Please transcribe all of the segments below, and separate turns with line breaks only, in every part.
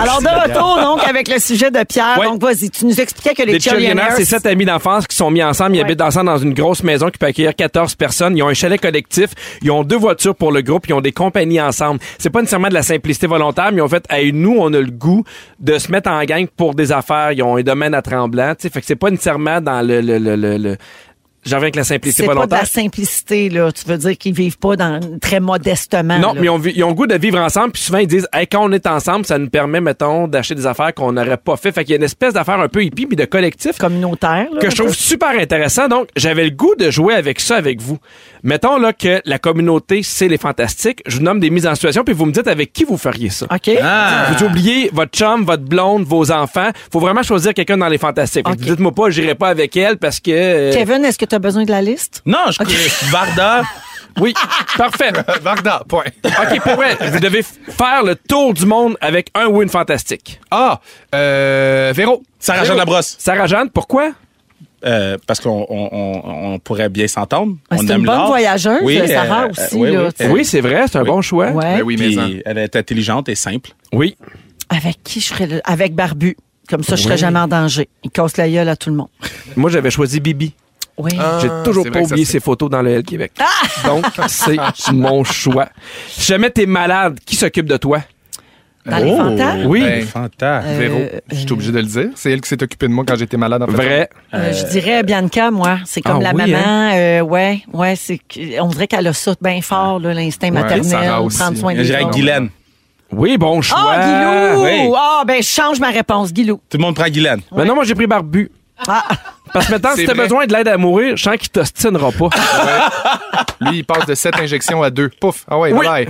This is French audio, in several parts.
Alors, de retour, donc, avec le sujet de Pierre.
Ouais.
Donc, vas-y, tu nous expliquais que les
Les Chillionaires,
Chillionaires...
c'est sept amis d'enfance qui sont mis ensemble. Ils
Ouais.
habitent ensemble dans une grosse maison qui peut accueillir 14 personnes. Ils ont un chalet collectif. Ils ont deux voitures pour le groupe. Ils ont des compagnies ensemble. C'est pas nécessairement de la simplicité volontaire, mais en fait, hey, nous, on a le goût de se mettre en gang pour des affaires. Ils ont un domaine à tremblant. tu sais. Fait que c'est pas nécessairement dans le, le, le, le, le- J'en viens avec la simplicité
C'est pas de
volontaire.
la simplicité, là. Tu veux dire qu'ils vivent pas dans, très modestement.
Non,
là.
mais ils ont, vi- ils ont le goût de vivre ensemble. Puis souvent, ils disent, hey, quand on est ensemble, ça nous permet, mettons, d'acheter des affaires qu'on n'aurait pas fait. Fait qu'il y a une espèce d'affaire un peu hippie, puis de collectif.
communautaire. là,
que je
un
trouve
peu.
super intéressant. Donc, j'avais le goût de jouer avec ça avec vous. Mettons là que la communauté, c'est les fantastiques. Je vous nomme des mises en situation, puis vous me dites avec qui vous feriez ça.
OK. Ah.
Vous oubliez votre chum, votre blonde, vos enfants. Faut vraiment choisir quelqu'un dans les fantastiques. Fait que
Ok.
Dites-moi pas, j'irai pas avec elle parce que. euh,
Kevin, est-ce que tu as besoin de la liste?
Non, je Varda.
Oui, parfait.
Varda, point.
Ok, pour vrai, vous devez f- faire le tour du monde avec un ou une fantastique.
Ah, euh, Véro.
Sarah Jeanne Labrosse.
Sarah Jeanne, pourquoi?
Euh, parce qu'on on, on- on pourrait bien s'entendre.
Ah,
on
c'est
aime
une bonne
l'art.
voyageuse,
euh,
Sarah
euh,
aussi,
oui,
là,
oui.
tu sais.
Euh,
Oui, c'est vrai, c'est un bon choix.
Ouais.
Ben oui, mais
Puis
en-
elle est intelligente et simple.
Oui.
Avec qui je serais le- Avec Barbu. Comme ça, je serais jamais en danger. Il casse la gueule à tout le monde.
Moi, j'avais choisi Bibi.
Oui.
J'ai
Ah,
toujours
c'est Ah!
pas
vrai que ça
oublié
se
ces photos dans le L Québec. Donc, c'est mon choix. Si jamais t'es malade, qui s'occupe de toi?
Dans
Oh.
Oh,
les fantasmes. Euh,
Oui.
Ben,
fantastique.
Véro, je suis obligé de le dire. C'est elle qui s'est occupée de moi quand j'étais malade. En fait.
Euh, Vrai.
Euh, je dirais Bianca, moi. C'est comme la
Ah oui,
maman. euh, ouais, ouais. C'est, que- on dirait qu'elle a ça bien fort, là, l'instinct maternel,
Sarah aussi. hein.
prendre soin
Je
des
dirais
autres.
Guylaine.
Oui, bon choix.
Ah, Guilou! Ah,
oui.
ben, je change ma réponse, Guilou. Ah,
Tout le monde prend Guylaine.
Maintenant, Ben moi, j'ai pris Barbu. Parce que maintenant, si
C'est
t'as
vrai.
besoin de l'aide à mourir, je sens qu'il t'ostinera pas.
Lui, il passe de 7 injections à 2. Pouf. Ah ouais,
Oui.
bye.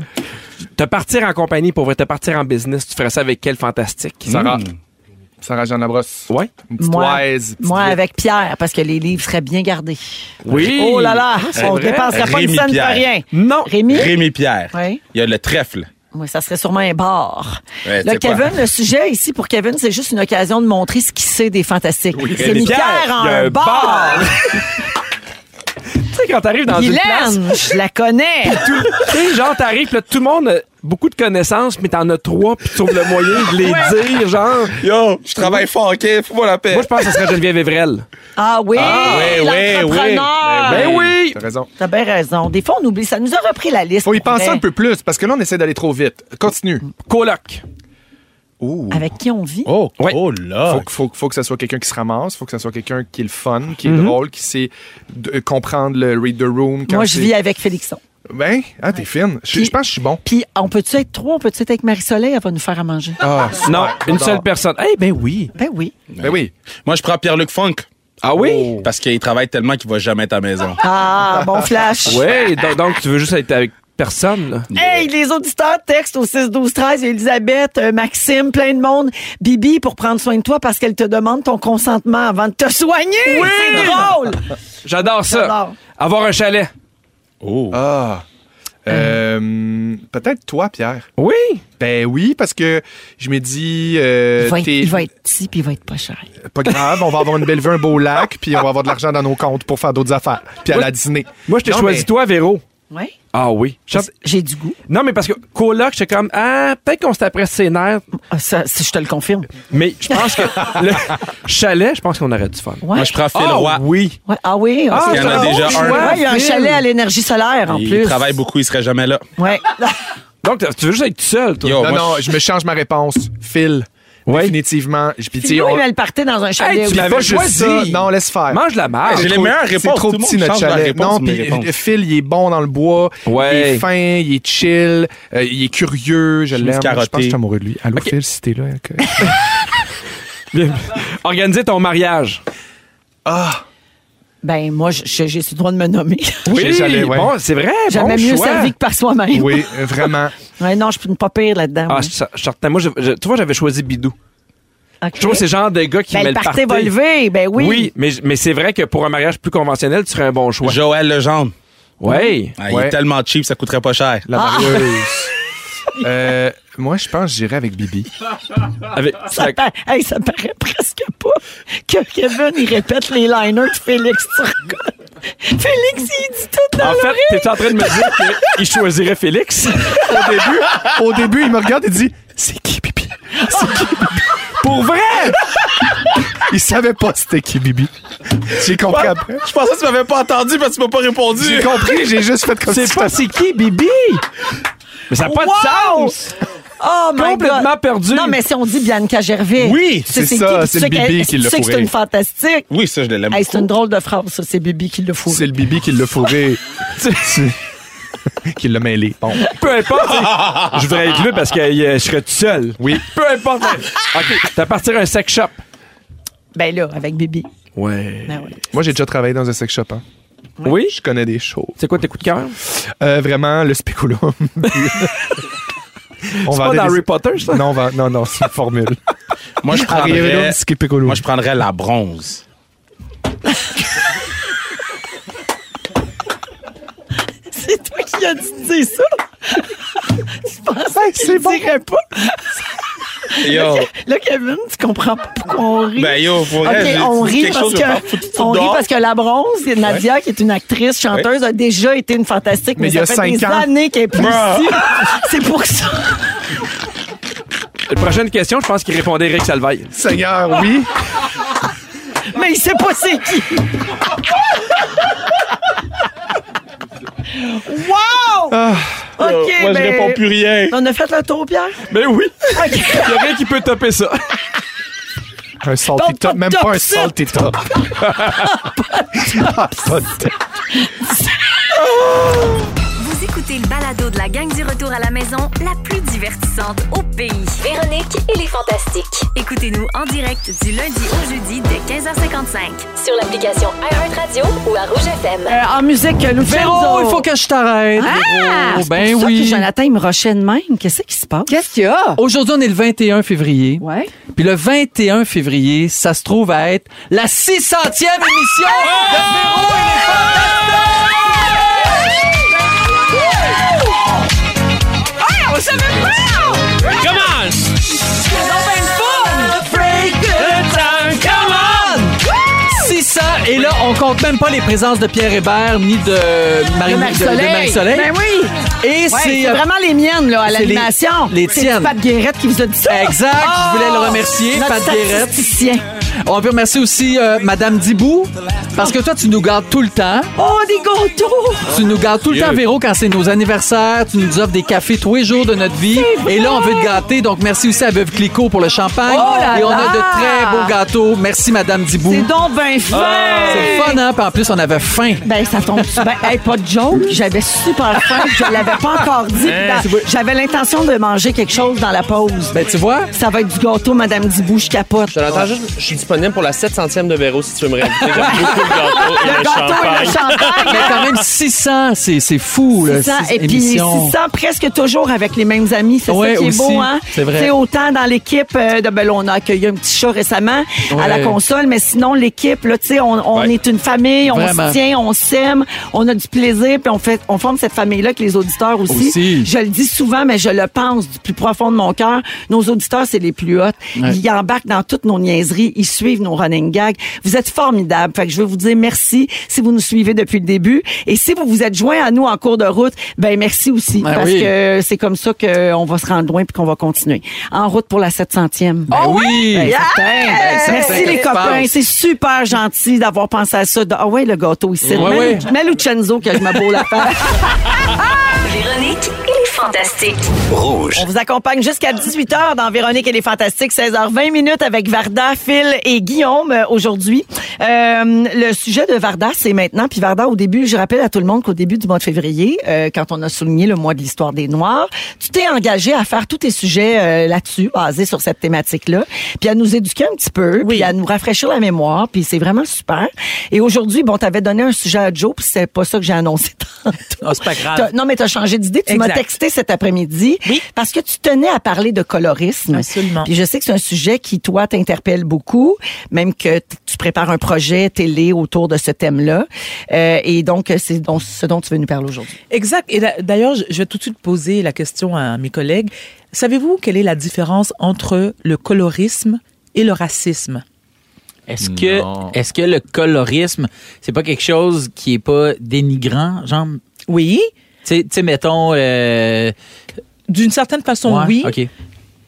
te partir en compagnie pour vrai, te partir en business, tu ferais ça avec quel fantastique?
Sarah. Sarah Jeanne Labrosse.
Mm. Ouais.
Une petite
Moi,
wise. petite
moi
vite.
avec Pierre, parce que les livres seraient bien gardés.
Oui.
Oh là là, on ne
vrai.
dépenserait pas une
Rémi
scène pour
Pierre.
rien.
Non.
Rémi?
Rémi Pierre.
Oui.
Il y a le trèfle.
Oui, ça serait sûrement un bar.
Ouais,
Là,
t'sais pas.
Kevin, le sujet ici pour Kevin, c'est juste une occasion de montrer ce qu'il sait des fantastiques. c'est
Rémi
mis Pierre
Pierre,
en
il y a
un
un
bar.
Tu sais, quand t'arrives dans une place,
Guylaine, je la connais.
tout, tu sais, genre, t'arrives, là, tout le monde a beaucoup de connaissances, mais t'en as trois, puis tu trouves le moyen de les dire, genre.
Euh.
Yo, je travaille fort, OK? Fous-moi la paix.
Moi, je pense que ce serait Geneviève Evrel.
Ah oui,
oui, oui,
l'entrepreneur.
Ben oui!
T'as raison.
T'as bien raison. Des fois, on oublie ça. Nous a repris la liste.
Faut y
pour
penser
vrai.
un peu plus, parce que là, on essaie d'aller trop vite. Continue.
Mm. Coloc.
Avec qui on vit?
Oh,
Ouais.
oh là.
Faut, que- faut, faut que ça soit quelqu'un qui se ramasse, faut que ça soit quelqu'un qui est le fun, qui est
Mm-hmm.
drôle, qui sait de- euh, comprendre le read the room. Quand
Moi, je
c'est-
vis avec Félixon.
Ben, ah, t'es fine. Je,
Puis-
je pense que je suis bon.
Puis, on peut-tu être trois? On peut-tu être avec Marie-Soleil? Elle va nous faire à manger.
Ah,
Non, une seule
j'adore.
personne. Eh ben oui.
Ben oui.
Ben oui.
Moi, je prends Pierre-Luc Funk. Oh.
Ah oui?
Parce qu'il travaille tellement qu'il va jamais être à la maison.
Ah, bon flash.
Ouais, donc, donc tu veux juste être avec personne. là.
Hey, les auditeurs, texte au 6 12 13, Il y a Elisabeth, euh, Maxime, plein de monde. Bibi pour prendre soin de toi parce qu'elle te demande ton consentement avant de te soigner. Oui! C'est drôle.
J'adore ça.
J'adore.
Avoir un chalet.
Oh.
Ah. Euh, Peut-être toi, Pierre.
Oui.
Ben oui, parce que je me dis, euh,
il, va être,
t'es-
il va être petit puis il va être pas cher.
pas grave, on va avoir une belle vue, un beau lac, puis on va avoir de l'argent dans nos comptes pour faire d'autres affaires, puis à la dîner.
Moi, je t'ai
Non,
choisi
mais-
toi, Véro.
Ouais.
Ah oui. Je-
J'ai du goût.
Non, mais parce que coloc, j'étais comme, ah, peut-être qu'on se taperait ses nerfs,
Ah, ça, si je te le confirme.
mais je pense que le chalet, je pense qu'on aurait du fun.
Ouais.
Moi, je prends Phil
Ah
Roy.
oui.
Ouais. Ah oui.
Ah,
c'est
il y en a
drôle.
déjà un.
Ouais, il y a un
Phil.
chalet à l'énergie solaire en
il
plus.
travaille beaucoup, il serait jamais là.
Ouais.
Donc, tu veux juste être tout seul, toi.
Yo,
Non,
moi,
non,
je-
je me change ma réponse. Phil.
Ouais.
Définitivement. Je puis, tu sais,
Puis
on-
oui, elle partait dans un chalet.
Hey, tu
aussi.
l'avais
Pas juste
choisi.
ça. Non, laisse faire.
Mange la marge.
J'ai
C'est
les
trop-
meilleures
C'est
réponses.
trop
Tout le
petit
monde
notre
change la
chalet.
réponse,
Non,
mes
puis
réponses.
euh, Phil, il est bon dans le bois.
Ouais.
Il est fin, il est chill, euh, il est curieux. Je l'aime. Je pense
carotté.
que je suis amoureux de lui. Allô, Phil, si t'es là. ok.
Organiser ton mariage.
Ben, moi, je- je- j'ai le droit de me nommer.
J'ai jamais, ouais.
bon, c'est vrai.
Jamais
bon
mieux
choix.
servi que par soi-même.
Oui, euh, vraiment.
Ouais, non, je suis pas pire là-dedans.
Ah,
ouais.
je suis certain. Moi, je- je- tu vois, j'avais choisi Bidou.
Ok.
Je trouve que c'est le genre de gars qui
Ben,
met
le
le
party
party.
va lever, ben oui.
mais, mais c'est vrai que pour un mariage plus conventionnel, tu serais un bon choix.
Joël Legendre.
Oui.
Ah, Il
Ouais.
est tellement cheap, ça coûterait pas cher.
La marieuse. Euh, moi, je pense que j'irai avec Bibi.
Avec-
Ça, pa- hey, ça paraît presque pas que Kevin il répète les liners de Félix Turcotte. Félix, il dit tout dans
en fait,
l'oreille.
t'es en train de me dire qu'il choisirait Félix.
Au début, il me regarde et dit C'est qui, Bibi Pour vrai! Il savait pas c'était qui, Bibi. J'ai compris après.
Je pensais que tu m'avais pas entendu parce que tu m'as pas répondu.
J'ai compris, j'ai juste fait comme si
C'est pas c'est qui, Bibi? Mais ça n'a pas
Wow!
de sens!
Oh my
Complètement
God.
perdu.
Non, mais si on dit Bianca Gervais.
Oui,
tu sais
c'est ça,
qui, puis
c'est
tu sais
le
qu'elle-
bébé
tu
qui l'a
sais que c'est
fourré.
une fantastique.
Oui, ça, je l'aime.
Hey, c'est une drôle de phrase, ça. C'est Bibi qui le fourré.
C'est le Bibi qui l'a fourré. qui l'a mêlé. Bon.
Peu importe. tu sais, je voudrais être là parce que euh, je serais tout seul.
Oui.
Peu importe. OK. T'as parti à un sex shop.
Ben là, avec Bibi.
Ouais.
Ben ouais.
Moi, j'ai déjà travaillé dans un sex shop. hein.
Oui?
Je connais des choses.
C'est quoi tes coups de cœur?
Euh, vraiment, le spéculum. on
C'est pas
vendait
dans
des-
Harry Potter, ça?
Non, on vend- non, non, c'est une formule.
Moi, je prendrais...
Arriérelum, spiculum.
Moi, je prendrais la bronze.
C'est toi qui as dit de dire ça. tu pensais
Hey,
qu'il
c'est
le
bon.
dirait pas.
Yo.
Là, Kevin, tu comprends pas pourquoi on rit.
Ben yo, pour
OK,
vrai, j'ai-
on rit
quelque
parce
chose de pas- faut-
que
faut
on rit
dehors.
parce que la bronze, Nadia, qui est une actrice chanteuse, a déjà été une fantastique, mais,
Mais il y a
ça fait
cinq
des
ans.
années qu'elle est plus
Bruh.
ici. C'est pour ça.
La prochaine question, je pense qu'il répondait Rick Salveille.
Seigneur, oui.
Mais il sait pas c'est qui. wow! OK,
Ah. Moi, je
ben,
réponds plus rien.
On a fait le tour, Pierre?
Ben
Mais oui!
OK.
Il y a rien qui peut topper ça.
Un salty
Don't
top, même
top
pas un
sip.
salty top. Ah, pas de top.
Vous écoutez le balado de la gang du retour à la maison, la plus divertissante au pays.
Véronique et les Fantastiques.
Écoutez-nous en direct du lundi au jeudi dès 15h55.
Sur l'application iHeartRadio ou à Rouge FM.
Euh, en musique, Lucenzo.
que je t'arrête.
Ah!
Véro,
c'est
ben
pour ça
oui.
que Jonathan, il me rushait de même. Qu'est-ce qui se passe?
Qu'est-ce qu'il y a? Aujourd'hui, on est le 21 février.
Ouais.
Puis le 21 février, ça se trouve à être la 600e émission de Véro et les Ah,
Come on!
Fantastiques. 600. Et là, on compte même pas les présences de Pierre Hébert ni de
Le
Marie- de- de
Marie-Soleil.
Marie-Soleil.
Ben oui.
Et
Ouais,
c'est
c'est
euh,
vraiment les miennes, là, à
c'est les-
l'animation.
les
C'est
tiennes.
Pat Guérette qui vous a dit ça.
Exact, je voulais le remercier,
Oh! notre
Pat Guérette.
statisticien.
On peut remercier aussi euh, Madame Dibou, parce que toi, tu nous gardes tout le temps.
Oh, des gâteaux!
Tu nous gardes tout le temps, Véro, quand c'est nos anniversaires. Tu nous offres des cafés tous les jours de notre vie. Et là, on veut te gâter. Donc, merci aussi à Veuve Clicquot pour le champagne.
Oh là
Et on
là!
a de très beaux gâteaux. Merci, Madame Dibou.
C'est donc ben fin!
C'est fun, hein? Puis en plus, on avait faim.
Ben, ça tombe bien. Hey, pas de joke, j'avais super faim, je l'avais pas encore dit. Dans- J'avais l'intention de manger quelque chose dans la pause.
Hein? Ben, tu vois?
Ça va être du gâteau, Madame Dibou, Ah, je capote.
Jonathan, juste, je suis disponible pour la 700e de Véro si tu veux me réinviter. J'aime beaucoup le gâteau et le,
Le gâteau et
champagne.
le champagne!
Mais quand même, 600, c'est c'est fou, là.
600,
six
et puis
émissions.
600 presque toujours avec les mêmes amis. C'est
Ouais,
ça qui est
aussi.
beau, hein?
C'est vrai.
Tu sais, autant dans l'équipe euh, de, ben là, on a accueilli un petit chat récemment à
Ouais.
la console, mais sinon, l'équipe, là, tu sais, on, on
Ouais.
est une famille, on
Vraiment.
se tient, on s'aime, on a du plaisir, puis on fait, on forme cette famille-là avec les auditeurs aussi.
Aussi.
Je le dis souvent, mais je le pense du plus profond de mon cœur. Nos auditeurs, c'est les plus hautes. Ils embarquent dans toutes nos niaiseries, ils suivent nos running gags. Vous êtes formidables. Fait que je veux vous dire merci si vous nous suivez depuis le début. Et si vous vous êtes joints à nous en cours de route, ben merci aussi.
Ben
parce
oui.
que c'est comme ça qu'on va se rendre loin puis qu'on va continuer. En route pour la 700e.
Ben oui!
Ben, certain.
certain
Merci
que
les
ça se
copains,
passe.
c'est super gentil d'avoir pensé à ça. Ah ouais, le gâteau ici.
Ouais,
Mets-
ouais.
mets Lucenzo que je me beau la face.
Véronique et les Fantastiques.
On vous accompagne jusqu'à 18h dans Véronique et les Fantastiques, 16h20 minutes avec Varda, Phil et Guillaume euh, aujourd'hui. Euh, le sujet de Varda, c'est maintenant. Puis Varda, au début, je rappelle à tout le monde qu'au début du mois de février, euh, quand on a souligné le mois de l'histoire des Noirs, tu t'es engagé à faire tous tes sujets euh, là-dessus, basés sur cette thématique-là, puis à nous éduquer un petit peu, puis à nous rafraîchir la mémoire, puis c'est vraiment super. Et aujourd'hui, bon, t'avais donné un sujet à Joe, puis c'est pas ça que j'ai annoncé tantôt.
Ah, c'est pas grave.
T'as- Non, mais t'as changé d'idée. Tu m'as
Exact.
texté cet après-midi parce que tu tenais à parler de colorisme.
Absolument.
Puis je sais que c'est un sujet qui, toi, t'interpelle beaucoup, même que t- tu prépares un projet télé autour de ce thème-là. Euh, et donc, c'est donc ce dont tu veux nous parler aujourd'hui.
Exact. Et d'a- d'ailleurs, je je vais tout de suite poser la question à mes collègues. Savez-vous quelle est la différence entre le colorisme et le racisme?
Est-ce que, est-ce que le colorisme, c'est pas quelque chose qui est pas dénigrant? Genre,
Oui.
tu sais- tu sais, mettons. euh,
D'une certaine façon,
ouais,
oui.
OK.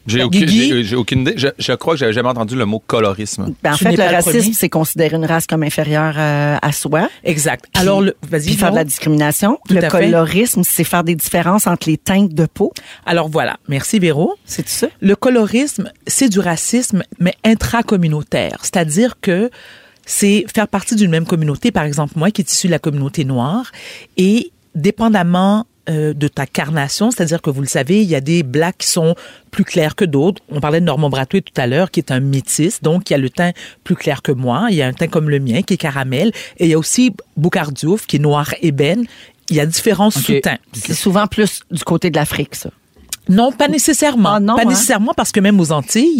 J'ai aucune,
Guigui?
j'ai- j'ai aucune idée. Je, je crois que j'avais jamais entendu le mot colorisme.
Ben, en
Tu
fait,
n'es
le
pas le
racisme,
premier.
c'est considérer une race comme inférieure euh, à soi.
Exact.
Alors,
le,
puis faire
Véro.
de la discrimination.
Tout
le
à fait.
colorisme, c'est faire des différences entre les teintes de peau.
Alors voilà, merci Véro.
C'est ça.
Le colorisme, c'est du racisme, mais intracommunautaire, c'est-à-dire que c'est faire partie d'une même communauté. Par exemple, moi qui est issu de la communauté noire, et dépendamment euh, de ta carnation, c'est-à-dire que vous le savez, il y a des blacks qui sont plus clairs que d'autres. On parlait de Normand Bratoué tout à l'heure, qui est un métis, donc il y a le teint plus clair que moi, il y a un teint comme le mien qui est caramel, et il y a aussi Boucardiouf qui est noir ébène. Il y a différents sous-teints.
C'est souvent plus du côté de l'Afrique, ça.
Non, pas nécessairement. pas
hein?
nécessairement parce que même aux Antilles,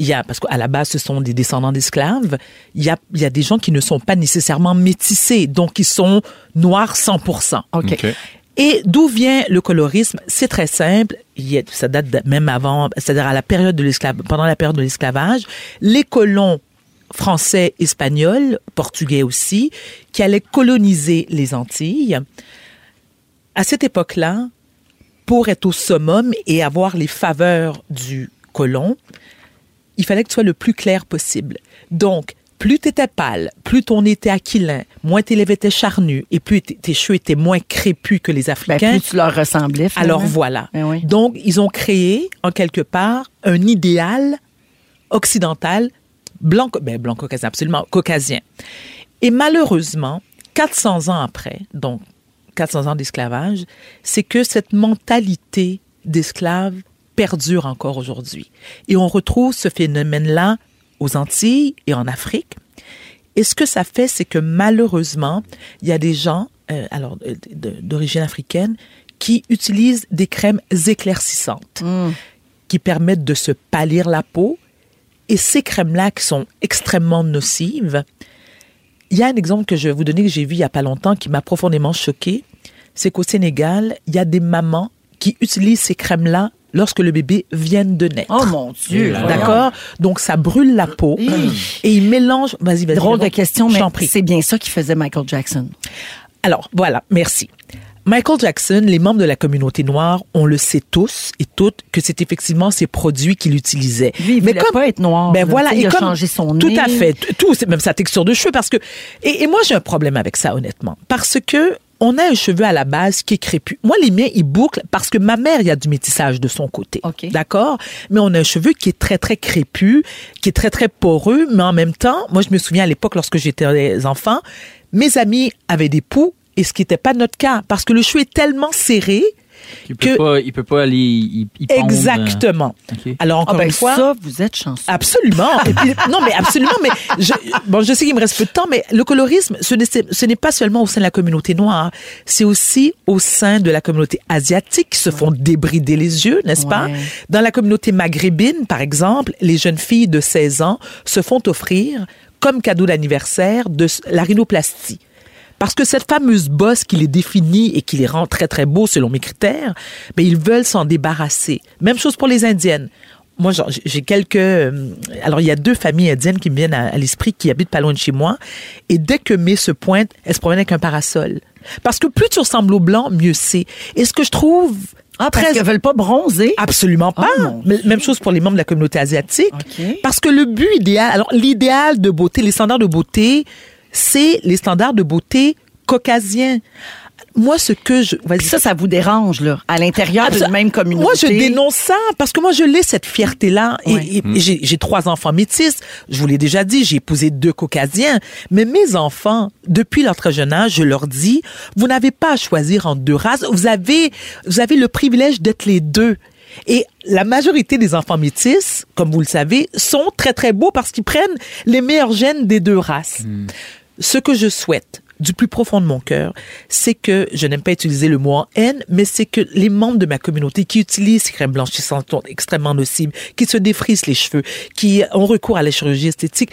il y a, parce qu'à la base, ce sont des descendants d'esclaves, il y a, il y a des gens qui ne sont pas nécessairement métissés, donc ils sont noirs 100%.
OK.
Mm. Et d'où vient le colorisme C'est très simple. Il y a- ça date de- même avant, c'est-à-dire à la période de l'esclave, pendant la période de l'esclavage, les colons français, espagnols, portugais aussi, qui allaient coloniser les Antilles. À cette époque-là, pour être au summum et avoir les faveurs du colon, il fallait que tu sois le plus clair possible. Donc, plus tu étais pâle, plus ton nez était aquilin, moins tes lèvres étaient charnues et plus t- tes cheveux étaient moins crépus que les Africains.
Ben, plus tu leur ressemblais. finalement.
Alors voilà.
Ben oui.
Donc, ils ont créé, en quelque part, un idéal occidental, blanc, ben, blanc caucasien, absolument, caucasien. Et malheureusement, 400 ans après, donc 400 ans d'esclavage, c'est que cette mentalité d'esclave perdure encore aujourd'hui. Et on retrouve ce phénomène-là aux Antilles et en Afrique. Et ce que ça fait, c'est que malheureusement, il y a des gens, euh, alors euh, de- de- d'origine africaine, qui utilisent des crèmes éclaircissantes, qui permettent de se pâlir la peau. Et ces crèmes-là, qui sont extrêmement nocives, il y a un exemple que je vais vous donner que j'ai vu il y a pas longtemps qui m'a profondément choqué. C'est qu'au Sénégal, il y a des mamans qui utilisent ces crèmes-là lorsque le bébé vient de naître.
Oh mon Dieu!
D'accord? Donc ça brûle la peau et ils mélangent. Vas-y, vas-y.
Drôle de
Véro,
question,
je
mais
t'en prie.
c'est bien ça qui faisait Michael Jackson.
Alors, voilà, merci. Michael Jackson, les membres de la communauté noire, on le sait tous et toutes que c'est effectivement ces produits qu'il utilisait.
Lui, il voulait pas être noir,
Ben
là,
voilà,
tu sais,
et
il a
comme
changé son
tout
nez.
à fait, t- tout, c'est même sa texture de cheveux parce que et, et moi j'ai un problème avec ça honnêtement parce que on a un cheveu à la base qui est crépu. Moi les miens ils bouclent parce que ma mère il y a du métissage de son côté, d'accord. Mais on a un cheveu qui est très très crépu, qui est très très poreux, mais en même temps, moi je me souviens à l'époque lorsque j'étais enfant, mes amis avaient des poux et ce qui n'était pas notre cas parce que le cheveu est tellement serré
Il peut pas, il peut pas aller, il, il pondre.
Exactement.
Ok.
Alors encore
Ah ben
une fois,
ça, vous êtes chanceux.
Absolument. Et puis- non, mais absolument. Mais je, bon, je sais qu'il me reste peu de temps, mais le colorisme, ce n'est- ce n'est pas seulement au sein de la communauté noire, c'est aussi au sein de la communauté asiatique qui se font débrider les yeux, n'est-ce pas?
Ouais.
Dans la communauté maghrébine, par exemple, les jeunes filles de 16 ans se font offrir, comme cadeau d'anniversaire, de s- la rhinoplastie. Parce que cette fameuse bosse qui les définit et qui les rend très très beaux selon mes critères, mais ils veulent s'en débarrasser. Même chose pour les Indiennes. Moi, genre, j'ai- j'ai quelques. euh, Alors, il y a deux familles indiennes qui me viennent à, à l'esprit, qui habitent pas loin de chez moi. Et dès que mes se pointe, elles se promènent avec un parasol. Parce que plus tu ressembles au blanc, mieux c'est. Et ce que je trouve.
Ah, parce qu'elles veulent pas bronzer. Ah,
Absolument pas. M- Même chose pour les membres de la communauté asiatique. Parce que le but idéal, alors l'idéal de beauté, les standards de beauté, c'est les standards de beauté caucasiens. Moi, ce que je...
ça, ça vous dérange, là, à l'intérieur d'une
Absol-
même communauté.
Moi, je dénonce ça parce que moi, je l'ai cette fierté-là. Et- Et, et j'ai j'ai trois enfants métis. Je vous l'ai déjà dit, j'ai épousé deux caucasiens. Mais mes enfants, depuis leur très jeune âge, je leur dis, vous n'avez pas à choisir entre deux races. Vous avez, vous avez le privilège d'être les deux. Et la majorité des enfants métis, comme vous le savez, sont très, très beaux parce qu'ils prennent les meilleurs gènes des deux races. Ce que je souhaite du plus profond de mon cœur, c'est que je n'aime pas utiliser le mot en haine, mais c'est que les membres de ma communauté qui utilisent ces crèmes blanchissantes sont extrêmement nocives, qui se défrisent les cheveux, qui ont recours à la chirurgie esthétique,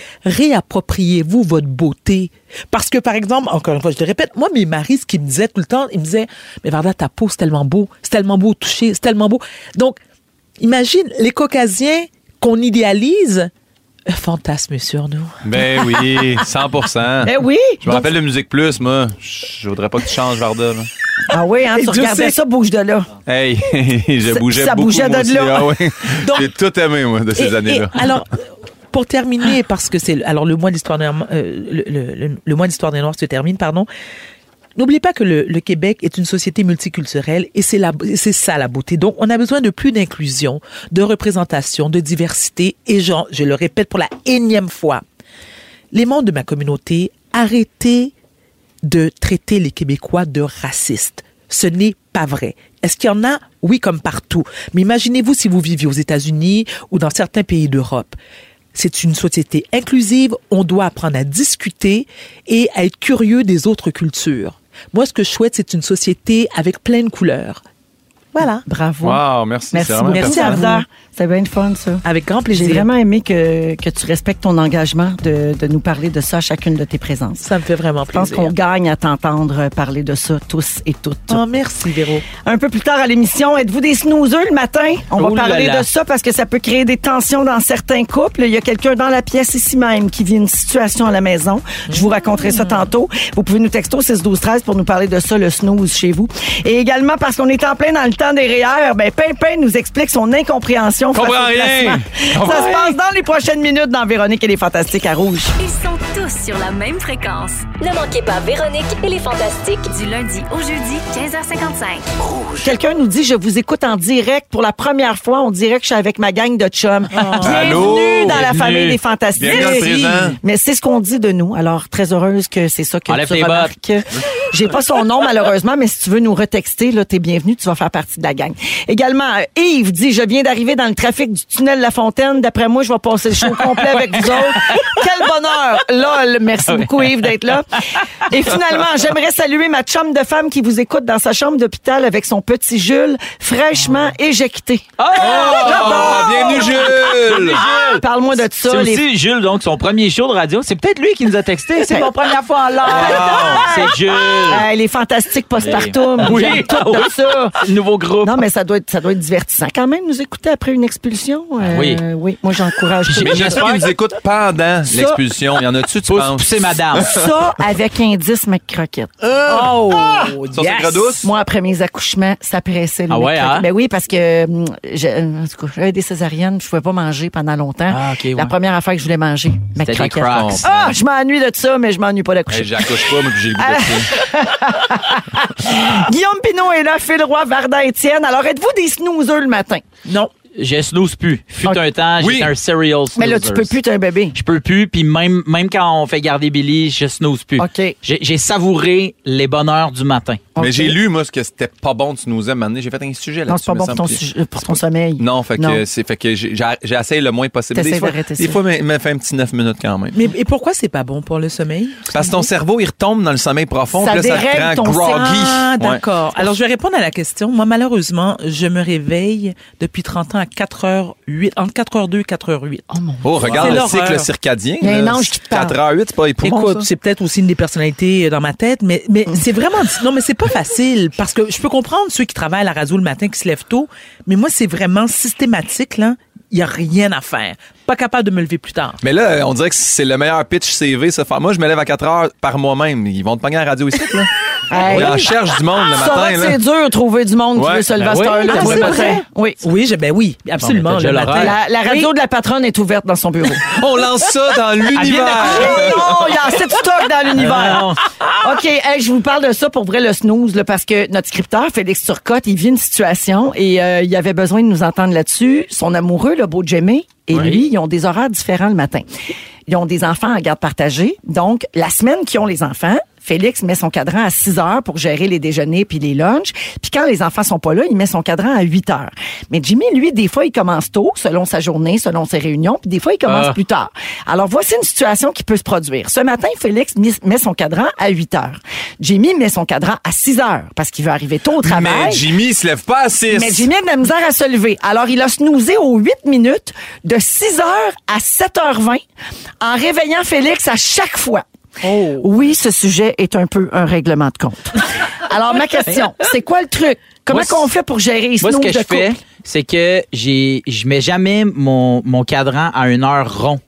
réappropriez-vous votre beauté. Parce que, par exemple, encore une fois, je le répète, moi, mes maris, ce qu'ils me disaient tout le temps, ils me disaient, mais Varda, ta peau, c'est tellement beau, c'est tellement beau au toucher, c'est tellement beau. Donc, imagine, les Caucasiens qu'on idéalise, fantasme sur nous.
Ben oui, 100
Ben oui.
Je me rappelle de Musique Plus, moi. Je voudrais pas que tu changes, Varda. là.
Ah oui, hein,
Et
tu
Dieu
regardais
sait.
ça, bouge de là.
Hey, je
Ça-
bougeais
ça
beaucoup.
bougeait
moi
de
aussi.
là.
Ah oui. J'ai tout aimé, moi, de ces
Et-
années-là.
et alors, pour terminer, parce que c'est alors le mois de l'histoire des Noirs, euh, le, le- le- le mois de l'histoire des Noirs se termine, pardon. N'oubliez pas que le, le Québec est une société multiculturelle et c'est la- c'est ça la beauté. Donc, on a besoin de plus d'inclusion, de représentation, de diversité. Et genre, je le répète pour la énième fois, les membres de ma communauté, arrêtez de traiter les Québécois de racistes. Ce n'est pas vrai. Est-ce qu'il y en a? Oui, comme partout. Mais imaginez-vous si vous viviez aux États-Unis ou dans certains pays d'Europe. C'est une société inclusive. On doit apprendre à discuter et à être curieux des autres cultures. Moi, ce que je souhaite, c'est une société avec pleine couleur. Voilà.
Bravo.
Wow, merci.
Merci,
c'est vraiment
merci à
pertinent.
vous. C'était bien le fun, ça.
Avec grand plaisir.
J'ai vraiment aimé que, que tu respectes ton engagement de, de nous parler de ça à chacune de tes présences.
Ça me fait vraiment plaisir.
Je pense qu'on gagne à t'entendre parler de ça tous et toutes.
Oh, merci, Véro.
Un peu plus tard à l'émission, êtes-vous des snoozeux le matin? On
Oh
va
là
parler
là.
de ça parce que ça peut créer des tensions dans certains couples. Il y a quelqu'un dans la pièce ici même qui vit une situation à la maison. Je vous raconterai
Mm.
ça tantôt. Vous pouvez nous texto 612-13 pour nous parler de ça, le snooze chez vous. Et également parce qu'on est en plein dans le temps des REER, ben Pimpin nous explique son incompréhension. face
Comprends
au
rien.
placement.
Comprends
Ça se
rien.
passe dans les prochaines minutes dans Véronique et les Fantastiques à Rouge.
Ils sont tous sur la même fréquence.
Ne manquez pas Véronique et les Fantastiques.
Du lundi au jeudi, 15h55.
Quelqu'un nous dit, je vous écoute en direct pour la première fois. On dirait que je suis avec ma gang de chums. Bienvenue
Ah. Allô?
dans la
Bienvenue.
famille des fantastiques.
Bienvenue dans le présent.
Mais c'est ce qu'on dit de nous. Alors, très heureuse que c'est ça que
Enlève
tu
tes
remarques. J'ai pas son nom, malheureusement, mais si tu veux nous retexter, là, t'es bienvenue. Tu vas faire partie de la gang. Également, euh, Yves dit, je viens d'arriver dans le trafic du tunnel La Fontaine. D'après moi, je vais passer le show complet avec vous autres. Quel bonheur! LOL!
Ah
Merci beaucoup, Yves, d'être là. Et finalement, j'aimerais saluer ma chum de femme qui vous écoute dans sa chambre d'hôpital avec son petit Jules, fraîchement
Ah.
éjecté.
Oh,
Ah,
bienvenue, Jules!
Parle-moi de ça.
C'est
les-
aussi Jules, donc son premier show de radio. C'est peut-être lui qui nous a texté. C'est mon première fois en live. C'est Jules.
Euh, les fantastiques postpartum.
Oui. Ah
J'aime tout de
Oui.
ça.
Nouveau groupe.
Non, mais ça doit être, ça doit être divertissant. Quand même, nous écouter après une expulsion. euh,
oui.
Oui, moi, j'encourage tout
Mais
le monde.
J'espère qu'ils nous écoutent pendant
Ça-
l'expulsion. Il y en a-tu, tu
Pousse
penses?
pousser madame.
Ça, avec indice McCroquette.
Oh!
Sur ses gras douces?
Moi, après mes accouchements, ça pressait le
Ah ouais,
McCroquette.
hein?
Ben oui, parce que hum, j'ai- en tout cas, j'avais des césariennes, puis je pouvais pas manger pendant longtemps.
Ah, ok, ouais.
La première affaire que je voulais manger,
C'était des
McCroquette.
crocs.
Ah, je m'ennuie de ça, mais je m'ennuie pas d'accoucher.
Hey, J'accouche pas, mais puis j'ai le goût de ça.
Guillaume Pinot est là, Phil Roy, Varda, Étienne. Alors, êtes-vous des snoozers le matin?
Non. Je snooze plus. Fut
Ok.
un temps,
Oui.
j'étais un serial snoozer.
Mais là, tu peux plus, t'es un bébé.
Je peux plus, puis même, même quand on fait garder Billy, je snooze plus.
OK.
J'ai j'ai savouré les bonheurs du matin.
Mais
Ok.
j'ai lu, moi, ce que c'était pas bon, tu nous aimes, J'ai fait un sujet
Non,
là-dessus.
c'est pas
me
bon pour ton,
semble.
sujet- pour ton sommeil.
Non, fait que, c'est, fait que j'ai- j'ai- j'essaie le moins possible.
T'essaies
Des fois,
d'arrêter
des
ça.
fois, il me fait un petit 9 minutes quand même.
Mais et pourquoi c'est pas bon pour le sommeil?
Parce que ton cerveau, il retombe dans le sommeil profond,
Ça
puis là,
dérègle
ça te
ton
rend groggy.
Ah,
Ouais.
d'accord. Alors, je vais répondre à la question. Moi, malheureusement, je me réveille depuis 30 ans à 4h08, entre 4h02 et 4h08.
Oh, regarde
C'est
le
l'horreur.
cycle circadien.
Il y a un
là.
ange qui te parle.
4h08, c'est pas éprouvant,
Écoute,
ça? Mm.
c'est peut-être aussi une des personnalités euh, dans ma tête, mais, mais c'est vraiment, non, mais c'est pas facile parce que je peux comprendre ceux qui travaillent à la radio le matin, qui se lèvent tôt, mais moi, c'est vraiment systématique, là. Il y a rien à faire. Pas capable de me lever plus tard.
Mais là, on dirait que c'est le meilleur pitch CV, ça. Fait- Moi, je me lève à 4 heures par moi-même. Ils vont te pogner à la radio ici, là.
Hey.
On en cherche du monde le
Ça va
matin,
que
là.
c'est dur de trouver du monde qui
Ouais.
veut se lever à
Ben
cette
oui.
heure-là
Ah,
tous les
c'est
matins.
vrai?
Oui.
Oui, je, ben oui, absolument,
Bon, mais t'as
le
déjà
matin.
l'horaire.
La,
Ah,
la radio de la patronne est ouverte dans son bureau. Ah,
On lance ça dans l'univers.
non, il y a assez de stock
Ah,
dans l'univers.
Non.
OK, hey, je vous parle de ça pour vrai, le snooze, là, parce que notre scripteur, Félix Turcotte, il vit une situation et euh, il avait besoin de nous entendre là-dessus. Son amoureux, le beau Jimmy, et lui, ils ont des horaires différents le matin. Ils ont des enfants en garde partagée. Donc, la semaine qu'ils ont les enfants, Félix met son cadran à 6 heures pour gérer les déjeuners puis les lunchs. Puis quand les enfants sont pas là, il met son cadran à 8 heures. Mais Jimmy, lui, des fois, il commence tôt, selon sa journée, selon ses réunions, puis des fois, il commence
Ah.
plus tard. Alors, voici une situation qui peut se produire. Ce matin, Félix mis- met son cadran à 8 heures. Jimmy met son cadran à 6 heures parce qu'il veut arriver tôt au travail.
Mais Jimmy, il se lève pas à 6.
Mais Jimmy a de la misère à se lever. Alors, il a snoozé aux 8 minutes de 6h à 7h20 en réveillant Félix à chaque fois.
Oh.
Oui, ce sujet est un peu un règlement de compte. Alors, ma question, c'est quoi le truc? Comment
Moi,
qu'on fait pour gérer les
Moi, ce
snooze
que
de
je
couple?
fais, c'est que j'ai, je mets jamais mon, mon cadran à une heure rond.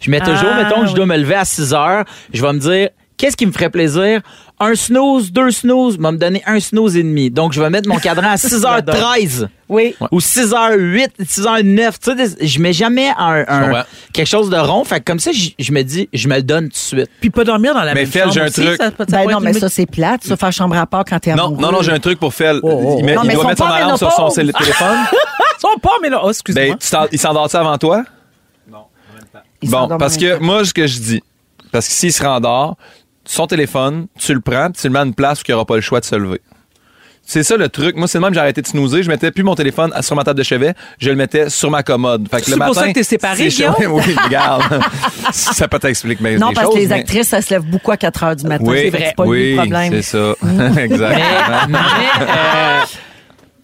Je mets toujours,
Ah,
mettons que je dois me lever à 6 heures, je vais me dire, qu'est-ce qui me ferait plaisir? Un snooze, deux snooze, va me donner un snooze et demi. Donc, je vais mettre mon cadran à 6h13.
Oui.
Ou 6h08, 6h09. Tu sais, des- je mets jamais un, un- quelque chose de rond. Fait que comme ça, je, je me dis, je me le donne tout de suite.
Puis pas dormir dans la
Mais même Phil, chambre j'ai un aussi, truc. ça- ça
Ben non, mais ça, c'est plate. Se faire chambre à part quand t'es
Non,
amoureux.
non, non, j'ai un truc pour Phil. Il, met-
Oh, Non,
il
mais
doit
ils
mettre
sont
son
pas en
alarme sur son
ménopause.
cell- téléphone.
Son pas, mais là, oh, excuse-moi.
Ben, tu t'en- il s'endort avant toi?
Il
Bon,
s'endort
parce
en
que moi, ce que je dis, parce que s'il se rendort, son téléphone, tu le prends, puis tu le mets à une place où il n'aura pas le choix de se lever. C'est ça le truc. Moi, c'est le même, j'ai arrêté de snoozer. Je mettais plus mon téléphone sur ma table de chevet, je le mettais sur ma commode. Fait que
C'est
le
pour
matin,
ça que t'es séparé,
c'est chaud.
Guillaume?
Oui, regarde. ça peut t'expliquer bien
Non,
des
parce
choses,
que les
mais-
actrices, ça se lève beaucoup à 4 heures du matin.
Oui,
c'est vrai. C'est pas lui
oui,
le problème. Mm.
c'est ça. Exactement.
Euh,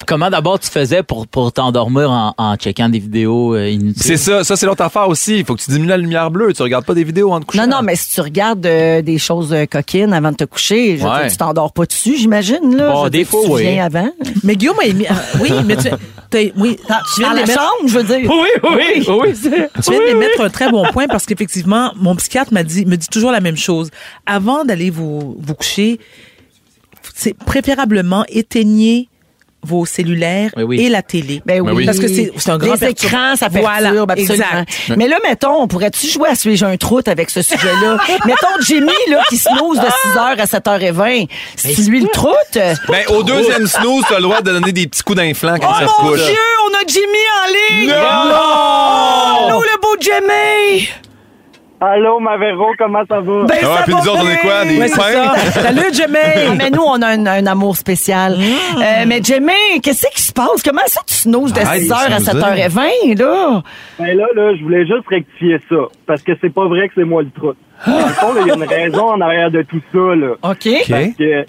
comment d'abord tu faisais pour, pour t'endormir en, en checkant des vidéos euh, inutiles?
C'est ça. Ça, c'est l'autre affaire aussi. Il faut que tu diminues la lumière bleue. Tu regardes pas des vidéos en te couchant.
Non, non, mais si tu regardes euh, des choses euh, coquines avant de te coucher, je veux
Ouais.
dire, tu t'endors pas dessus, j'imagine. Là.
Bon,
Je veux
des
dire,
fois,
tu te
oui.
souviens avant.
Mais Guillaume a émis. ah, oui, mais tu. t'as- Oui, tu
Dans
viens
la
d'émettre-
chambre, je veux dire.
Oui, oui, oui.
Tu viens d'émettre un très bon point parce qu'effectivement, mon psychiatre m'a dit, me dit toujours la même chose. Avant d'aller vous, vous coucher, c'est préférablement éteignez vos cellulaires
Ben oui.
et la télé.
Ben oui.
Parce que c'est c'est un grand
Les
perturbe-
écrans, ça perturbe
Voilà,
absolument.
exact.
Mais là, mettons, on pourrait-tu jouer à Suis-je un troute avec ce sujet-là? mettons Jimmy, là, qui se lose de 6h à 7h20. Si lui, le troute...
Ben, au deuxième snooze, t'as le droit de donner des petits coups d'inflant quand
Oh
ça se
mon
couche.
Dieu, on a Jimmy en ligne!
Non!
Allô, le beau Jimmy!
Allô, ma Véro, comment ça va?
Ah
Ben, ça va bien.
Ouais, c'est ça. Salut,
Ah,
Jemay!
mais nous, on a un, un amour spécial. Euh, mais Jimmy, qu'est-ce qui se passe? Comment ça tu snooze de
Mm. Arrête de
6h à
snoozer.
7h20, là?
Ben là, là, je voulais juste rectifier ça, parce que c'est pas vrai que c'est moi le trou. Dans le fond, là, il y a une raison en arrière de tout ça, là.
OK.
Parce que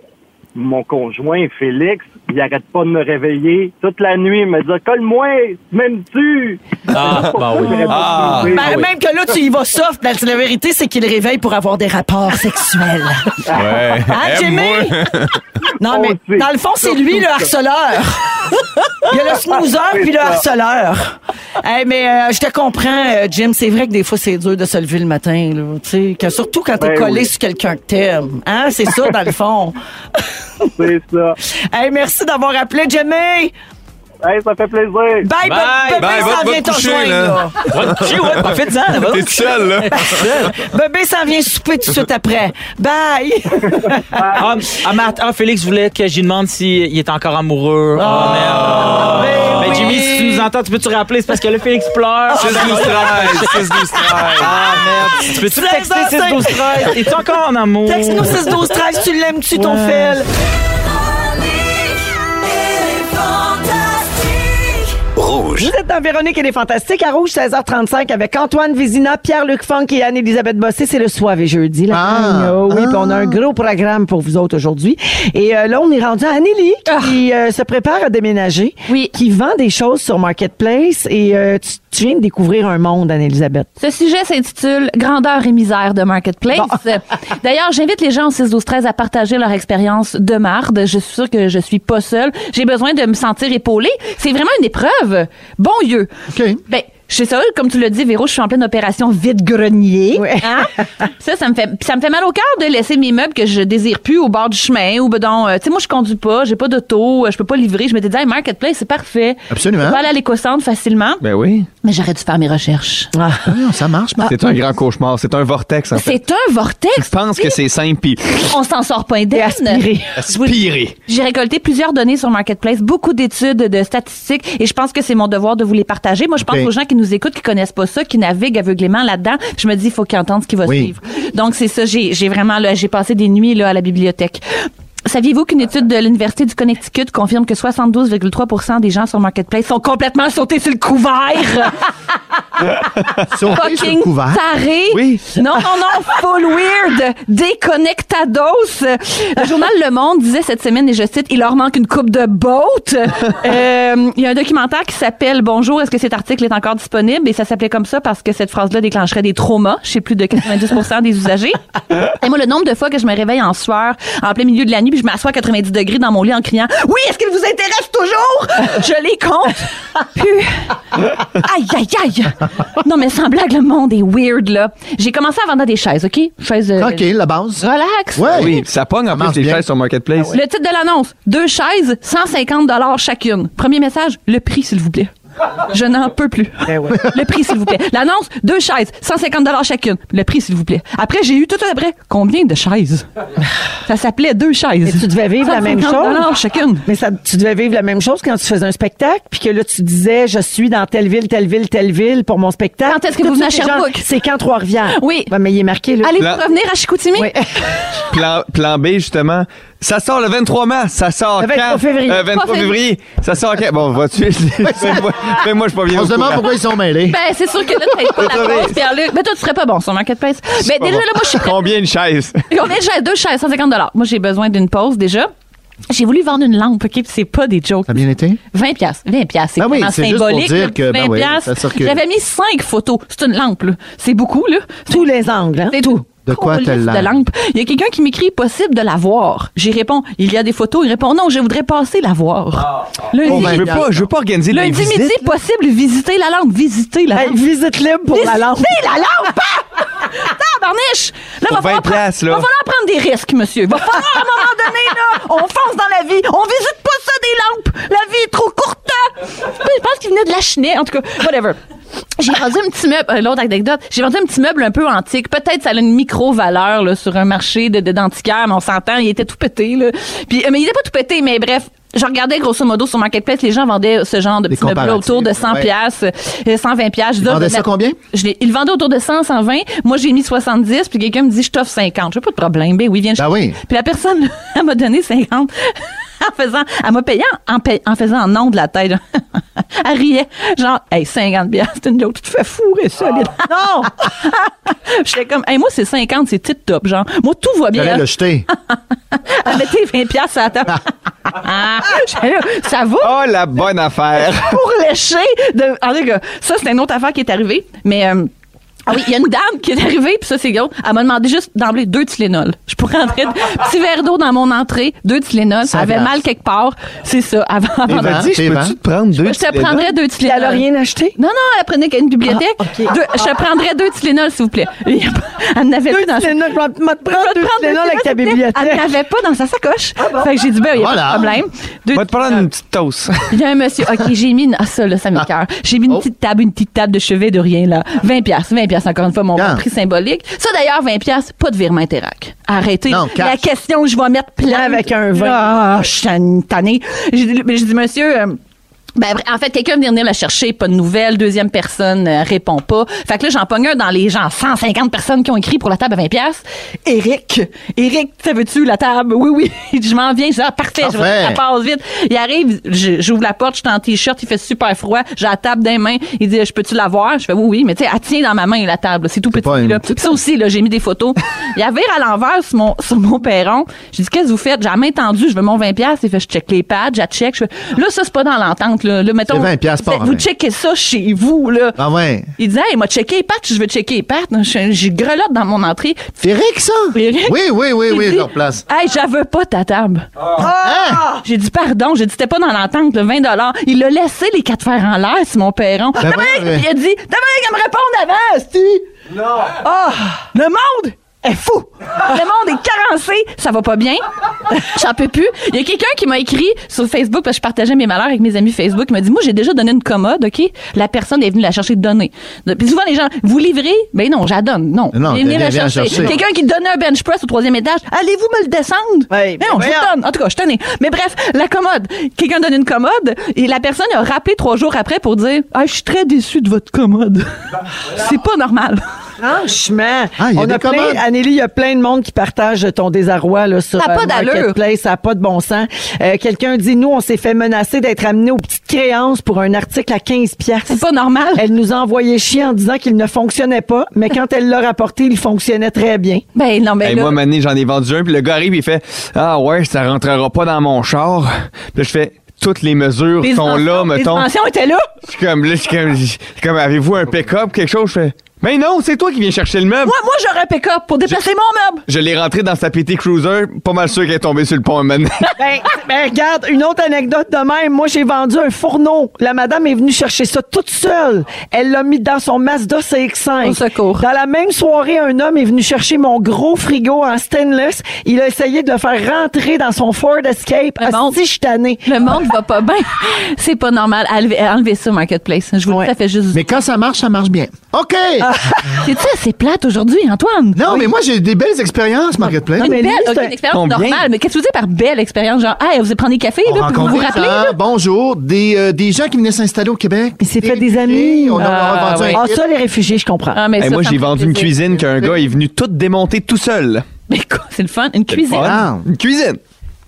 mon conjoint, Félix, il arrête pas de me réveiller toute la nuit, il me dit « Colle-moi, m'aimes-tu? »
Ah, bah oui.
Ah.
Ben, Même que là, tu y vas soft. La, la vérité, c'est qu'il réveille pour avoir des rapports sexuels.
Ouais.
Hein,
Aime-moi.
Jimmy? Non, mais dans le fond, c'est lui le harceleur. Il y a le snoozer puis le harceleur. Hey, mais euh, je te comprends, euh, Jim. C'est vrai que des fois, c'est dur de se lever le matin. Là, tu sais, que surtout quand t'es
Ben
collé
oui.
sur quelqu'un que t'aimes. Hein? C'est ça, dans le fond.
C'est ça.
Hey, merci d'avoir appelé, Jimmy.
Hey, ça fait plaisir.
Bye,
Bye.
Bébé,
Bye, va-
s'en
va
vient
te coucher,
te rejoindre,
là.
là.
Va te coucher, ouais, profite-en, là, va
T'es
te
tout seul, là.
Bébé s'en vient souper tout de suite après. Bye!
Ah, ah, Marthe- ah, Félix voulait que je lui demande s'il est encore amoureux. Ah, merde. Mais Jimmy, si tu nous entends, tu peux-tu rappeler? C'est parce que là, Félix pleure.
Ah,
6, 12, 13. 6, 12, 13.
Ah, merde. Tu peux-tu me texter 6 12 13 Es-tu encore en amour?
Texte-nous 6 12 13 tu l'aimes-tu ton fil? Vous êtes dans Véronique et les Fantastiques à Rouge 16h35 avec Antoine Vézina, Pierre-Luc Funk et Anne-Elisabeth Bossé. C'est le soir et jeudi. La gang. Oh oui, puis on a un gros programme pour vous autres aujourd'hui. Et euh, là, on est rendu à Anneli qui euh, se prépare à déménager,
Oui.
qui vend des choses sur Marketplace et euh, tu, tu viens de découvrir un monde, Anne-Elisabeth.
Ce sujet s'intitule Grandeur et misère de Marketplace. D'ailleurs, j'invite les gens au 6 12 13 à partager leur expérience de marde. Je suis sûre que je suis pas seule. J'ai besoin de me sentir épaulée. C'est vraiment une épreuve. Bon Dieu. Ben, je suis seule, comme tu l'as dit, Véro, je suis en pleine opération vide-grenier. hein? ça, ça me, fait, ça me fait mal au cœur de laisser mes meubles que je désire plus au bord du chemin ou, ben, donc, euh, tu sais, moi, je conduis pas, j'ai pas d'auto, euh, je peux pas livrer. Je m'étais dit, Hey, Marketplace, c'est parfait.
Absolument.
Je peux aller à l'éco-centre facilement.
Ben oui.
Mais j'aurais dû faire mes recherches.
Voyons, Ah ça marche, Marc. C'est un grand cauchemar. C'est un vortex, en fait.
C'est un vortex.
Je pense que c'est simple, puis
On s'en sort pas indemne.
aspiré.
J'ai récolté plusieurs données sur Marketplace, beaucoup d'études, de statistiques, et je pense que c'est mon devoir de vous les partager. Moi, je pense
Ok.
aux gens qui nous écoutent, qui connaissent pas ça, qui naviguent aveuglément là-dedans. Je me dis, il faut qu'ils entendent ce qui va
Oui.
suivre. Donc, c'est ça, j'ai j'ai vraiment, là, j'ai passé des nuits, là, à la bibliothèque. Saviez-vous qu'une étude de l'Université du Connecticut confirme que 72,3 des gens sur Marketplace sont complètement sautés sur le couvert?
Sauter sur
fucking
le couvert.
taré.
Oui.
Non, non, non, full weird. Déconnectados. Le journal Le Monde disait cette semaine, et je cite, il leur manque une coupe de boat. Euh, Il y a un documentaire qui s'appelle Bonjour, est-ce que cet article est encore disponible? Et ça s'appelait comme ça parce que cette phrase-là déclencherait des traumas chez plus de 90 des usagers. Et moi, le nombre de fois que je me réveille en sueur, en plein milieu de la nuit, puis je m'assois à 90 degrés dans mon lit en criant, oui, est-ce qu'il vous intéresse toujours? Je les compte. Puis, aïe, aïe, aïe. Non, mais sans blague, le monde est weird, là. J'ai commencé à vendre des chaises, OK? Chaises. euh,
OK, la base.
Relax.
Ouais. Oui, ça pogne en plus les chaises
Ah
sur Marketplace.
Le titre de l'annonce, deux chaises, 150 chacune. Premier message, le prix, s'il vous plaît. Je n'en peux plus.
Eh
Le prix, s'il vous plaît. L'annonce, deux chaises, 150 chacune. Le prix, s'il vous plaît. Après, j'ai eu tout après, combien de chaises? Ça s'appelait deux chaises.
Et tu devais vivre la même
150
chose.
chacune.
Mais ça, tu devais vivre la même chose quand tu faisais un spectacle, puis que là, tu disais, je suis dans telle ville, telle ville, telle ville pour mon spectacle.
Quand est-ce que
Tout
vous
de
venez
suite,
à
les gens,
Sherbrooke?
C'est quand Trois-Rivières.
Oui.
mais il est marqué, là.
Allez-vous
La-
revenir à Chicoutimi?
Plan, plan B, justement. Ça sort le 23 mars. Ça sort
Le 23
quand?
février.
Euh, 23
Pas
février. Ça sort quand? Bon, vas-tu? Fais-moi, fais-moi, je suis pas bien
On
au
se demande
courant.
pourquoi ils sont mêlés.
Ben, c'est sûr que là, t'as pas la
Désolé.
réponse, Pierre-Luc. Mais toi, tu serais pas bon sur Marketplace. Mais
Pas
déjà,
bon.
là, moi, je suis Hein?
Combien de chaises?
Combien de chaises? Deux chaises, 150 Moi, j'ai besoin d'une pause, déjà. J'ai voulu vendre une lampe, OK? Puis c'est pas des jokes.
Ça a bien été?
20 piastres. 20 piastres, c'est
Ben oui,
vraiment
c'est juste
symbolique.
pour dire
là.
que, ben
20
oui,
piastres.
ça circule.
J'avais mis 5 photos. C'est une lampe, là. C'est beaucoup, là.
Tous les angles, hein?
C'est tout.
De quoi
Colisse
telle
de
lampe?
lampe. Il y a quelqu'un qui m'écrit possible de la voir. J'y réponds, il y a des photos. Il répond non, je voudrais passer la voir. Lundi,
Oh, ben, je veux pas, je veux pas organiser de
lundi
visite.
midi, possible visiter la lampe, visiter la
Hey,
lampe.
visite libre pour la lampe.
Visiter la lampe. Tabarniche! Là,
Pour
va falloir,
20 piastres, là.
va falloir prendre des risques, monsieur. Va falloir, à un moment donné, là, on fonce dans la vie. On visite pas ça des lampes. La vie est trop courte. hein? Je pense qu'il venait de la chenille. En tout cas, whatever. J'ai vendu un petit meuble, euh, l'autre anecdote, j'ai vendu un petit meuble un peu antique. Peut-être ça a une micro-valeur là, sur un marché de, de dentiquaire, mais on s'entend, il était tout pété. Là. Puis, euh, mais il était pas tout pété, mais bref, je regardais grosso modo sur Marketplace, les gens vendaient ce genre de
Des
petit meuble autour de
comparatifs,
100
ouais.
piastres, euh, 120 piastres. Je
Ils vendaient
donne-
ça combien?
je l'ai- il le vendait autour de 100, 120. Moi, j'ai mis 70, puis quelqu'un me dit, je t'offre 50. J'ai pas de problème. Ben oui, viens.
Ben
je-
oui.
Puis la personne, elle m'a donné 50. En faisant, elle m'a payé en, en pay- en faisant en nom de la tête. elle riait. Genre, hey, 50 bières, c'est une joke. Tu te fais fourrer ça, là.
Ah.
Non!
J'étais comme, hey, moi, c'est 50, c'est tip top. Genre, moi, tout va bien.
J'allais le jeter.
Elle mettait 20 piastres à la table. J'étais là, ça va?
Oh, la bonne affaire.
pour lécher. De... En tout cas, ça, c'est une autre affaire qui est arrivée. Mais. euh, ah oui, il y a une dame qui est arrivée, puis ça, c'est gros. Elle m'a demandé juste d'emblée deux Tylenol. Je pourrais entrer. Petit verre d'eau dans mon entrée, deux Tylenol. Elle
Ça
avait
glace.
mal quelque part. C'est ça. Avant,
Il m'a dit, je
t'es vent.
peux-tu te prendre deux
je te
Tylenol?
prendrais deux
Puis
Tylenol.
elle a rien acheté?
Non, non, elle prenait qu'à une bibliothèque.
Ah, ok.
Deux- je te prendrais deux Tylenol, s'il vous plaît. Elle n'avait
Deux
plus dans sa
Tylenol, je vais te- je vais te
Je
prendre
vais te prendre
deux
deux
Tylenol avec ta
Tylenol, s'il te plaît. Elle
bibliothèque. Ah
n'avait pas dans sa sacoche. Fait que j'ai dit, ben, il n'y a
Voilà.
pas de problème. Deux
Va te prendre une petite toast.
il y a un monsieur. OK, j'ai mis une. Ah, ça, là, ça m'écoeure. J'ai
Oh.
mis une petite table, une petite table de chevet de rien, là. 20 pièces 20 pièces encore une fois, mon
Quand?
prix symbolique. Ça, d'ailleurs, 20 pièces pas de virement Interac. Arrêtez.
Non, cash.
La question, je vais mettre plein.
Avec un vin.
Ah, je suis tan- tannée. J'ai dit, mais j'ai dit, monsieur, euh, ben, en fait, quelqu'un vient venir la chercher, pas de nouvelles, deuxième personne euh, répond pas. Fait que là, j'en pogne un dans les gens, 150 personnes qui ont écrit pour la table à 20 pièces. Eric, Eric, ça veux-tu la table? Oui, oui. Il dit, je m'en viens. Je dis, ah, parfait, je vais
Parfait.
la passe vite. Il arrive, je- j'ouvre la porte, je suis en t-shirt, il fait super froid, j'ai la table dans les mains. Il dit, je peux-tu la voir? Je fais, oui, oui, mais tu sais, elle tient dans ma main, la table, là. c'est tout petit.
pas une
là. Puis ça aussi, là, j'ai mis des photos. Il y avait à l'envers sur mon, sur mon perron. J'ai dit, qu'est-ce que vous faites? J'ai la main tendue, je veux mon 20$. piastres. Il fait, je check les pads, j'ai check. Je fais, là, ça, c'est pas dans l'entente, là. Là, mettons.
C'est 20 piastres, pas
vous
vingt.
checkez ça chez vous, là.
Ah ouais.
Il disait, hey, il m'a checké les pattes, je veux checker les pattes. Je, je grelotte dans mon entrée.
Eric, ça?
Eric?
Oui, oui, oui,
Il
oui,
dit,
je replace. Hein?
Hey, j'avais pas ta table. Ah! J'ai dit pardon, j'ai dit c'était pas dans l'entente, le 20 Il l'a laissé les quatre fers en l'air, c'est mon perron.
Ben
Dominique!
ouais, ouais.
Il a dit Dominique, elle me répond avant, esti! Non! Ah! le monde! Est fou! Le monde est carencé! Ça va pas bien? J'en peux plus. Il y a quelqu'un qui m'a écrit sur Facebook parce que je partageais mes malheurs avec mes amis Facebook. Il m'a dit Moi, j'ai déjà donné une commode, OK? La personne est venue la chercher donnée. Puis souvent, les gens, vous livrez? Ben non, j'adonne. Non.
Non,
Elle est venue
elle
la
vient
chercher.
chercher.
Quelqu'un qui donnait un bench press au troisième étage. Allez-vous me le descendre? Ben
Ouais,
non, je vous
voyons.
le donne. En tout cas, je tenais. Mais bref, la commode. Quelqu'un donne une commode et la personne a rappelé trois jours après pour dire Ah, je suis très déçu de votre commode. C'est pas normal.
Franchement,
Ah, il y a
on
des
a plein,
commandes.
Anneli, il y a plein de monde qui partagent ton désarroi là, sur
Ça a pas
euh,
d'allure.
Marketplace. Ça n'a pas de bon sens. Euh, Quelqu'un dit, nous, on s'est fait menacer d'être amené aux petites créances pour un article à 15 piastres.
C'est pas normal.
Elle nous a envoyé chier en disant qu'il ne fonctionnait pas, mais quand elle l'a rapporté, il fonctionnait très bien.
Ben non, mais
Hey,
là.
moi, mané, j'en ai vendu un, puis le gars arrive, il fait Ah ouais, ça rentrera pas dans mon char. Puis Oh. là, je fais Toutes les mesures
les
sont là,
dimensions- les
mettons.
dimensions étaient là.
Je suis comme, là, je suis comme, je suis comme avez-vous un pick-up, quelque chose? Je fais Mais non, c'est toi qui viens chercher le meuble.
Moi, moi j'aurais un pick-up pour déplacer mon meuble.
Je l'ai rentré dans sa PT Cruiser, pas mal sûr qu'elle est tombée sur le pont maintenant.
Ben, ben, regarde, une autre anecdote de même. Moi, j'ai vendu un fourneau. La madame est venue chercher ça toute seule. Elle l'a mis dans son Mazda CX-5.
Au secours.
Dans la même soirée, un homme est venu chercher mon gros frigo en stainless. Il a essayé de le faire rentrer dans son Ford Escape.
Ah
Asti, je suis tannée.
Le monde va pas bien. C'est pas normal. Enlevez, enlevez ça au marketplace. Je vous le dis, ça fait juste.
Mais quand ça marche, ça marche bien. OK!
Ah,
C'est ça, c'est plate aujourd'hui, Antoine.
Non, mais moi, j'ai des belles expériences, Marketplace.
Une belle ok, une expérience normale. Mais qu'est-ce que tu veux dire par belle expérience? Genre, hey, vous allez prendre des cafés,
On
là, puis vous vous
rencontrait
rappelez?
ça, Ah, bonjour, des, euh, des gens qui venaient s'installer au Québec. Il s'est
fait des amis.
On a, on a
Ah,
vendu
ouais.
un
Ah,
kit.
ça, les réfugiés, je comprends.
Ah, mais
Hey,
ça,
moi,
ça
j'ai
me fait
vendu une
plaisir.
cuisine qu'un gars est venu toute démonter tout seul.
Mais quoi, c'est le fun. Une
C'est le
cuisine.
fun. Une cuisine.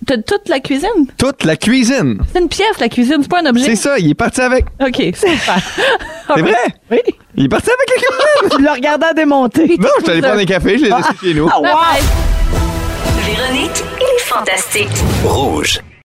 T'as toute la cuisine?
Toute la cuisine.
C'est une pièce, la cuisine, c'est pas un objet.
C'est ça, il est parti avec.
OK, super. Ah
C'est vrai?
Oui.
Il est parti avec la cuisine.
Tu le regardais démonter.
Non, je suis allé prendre un
Ah.
café, je l'ai laissé chez nous.
Ah, ouais.
Véronique et les Fantastiques.
Rouge.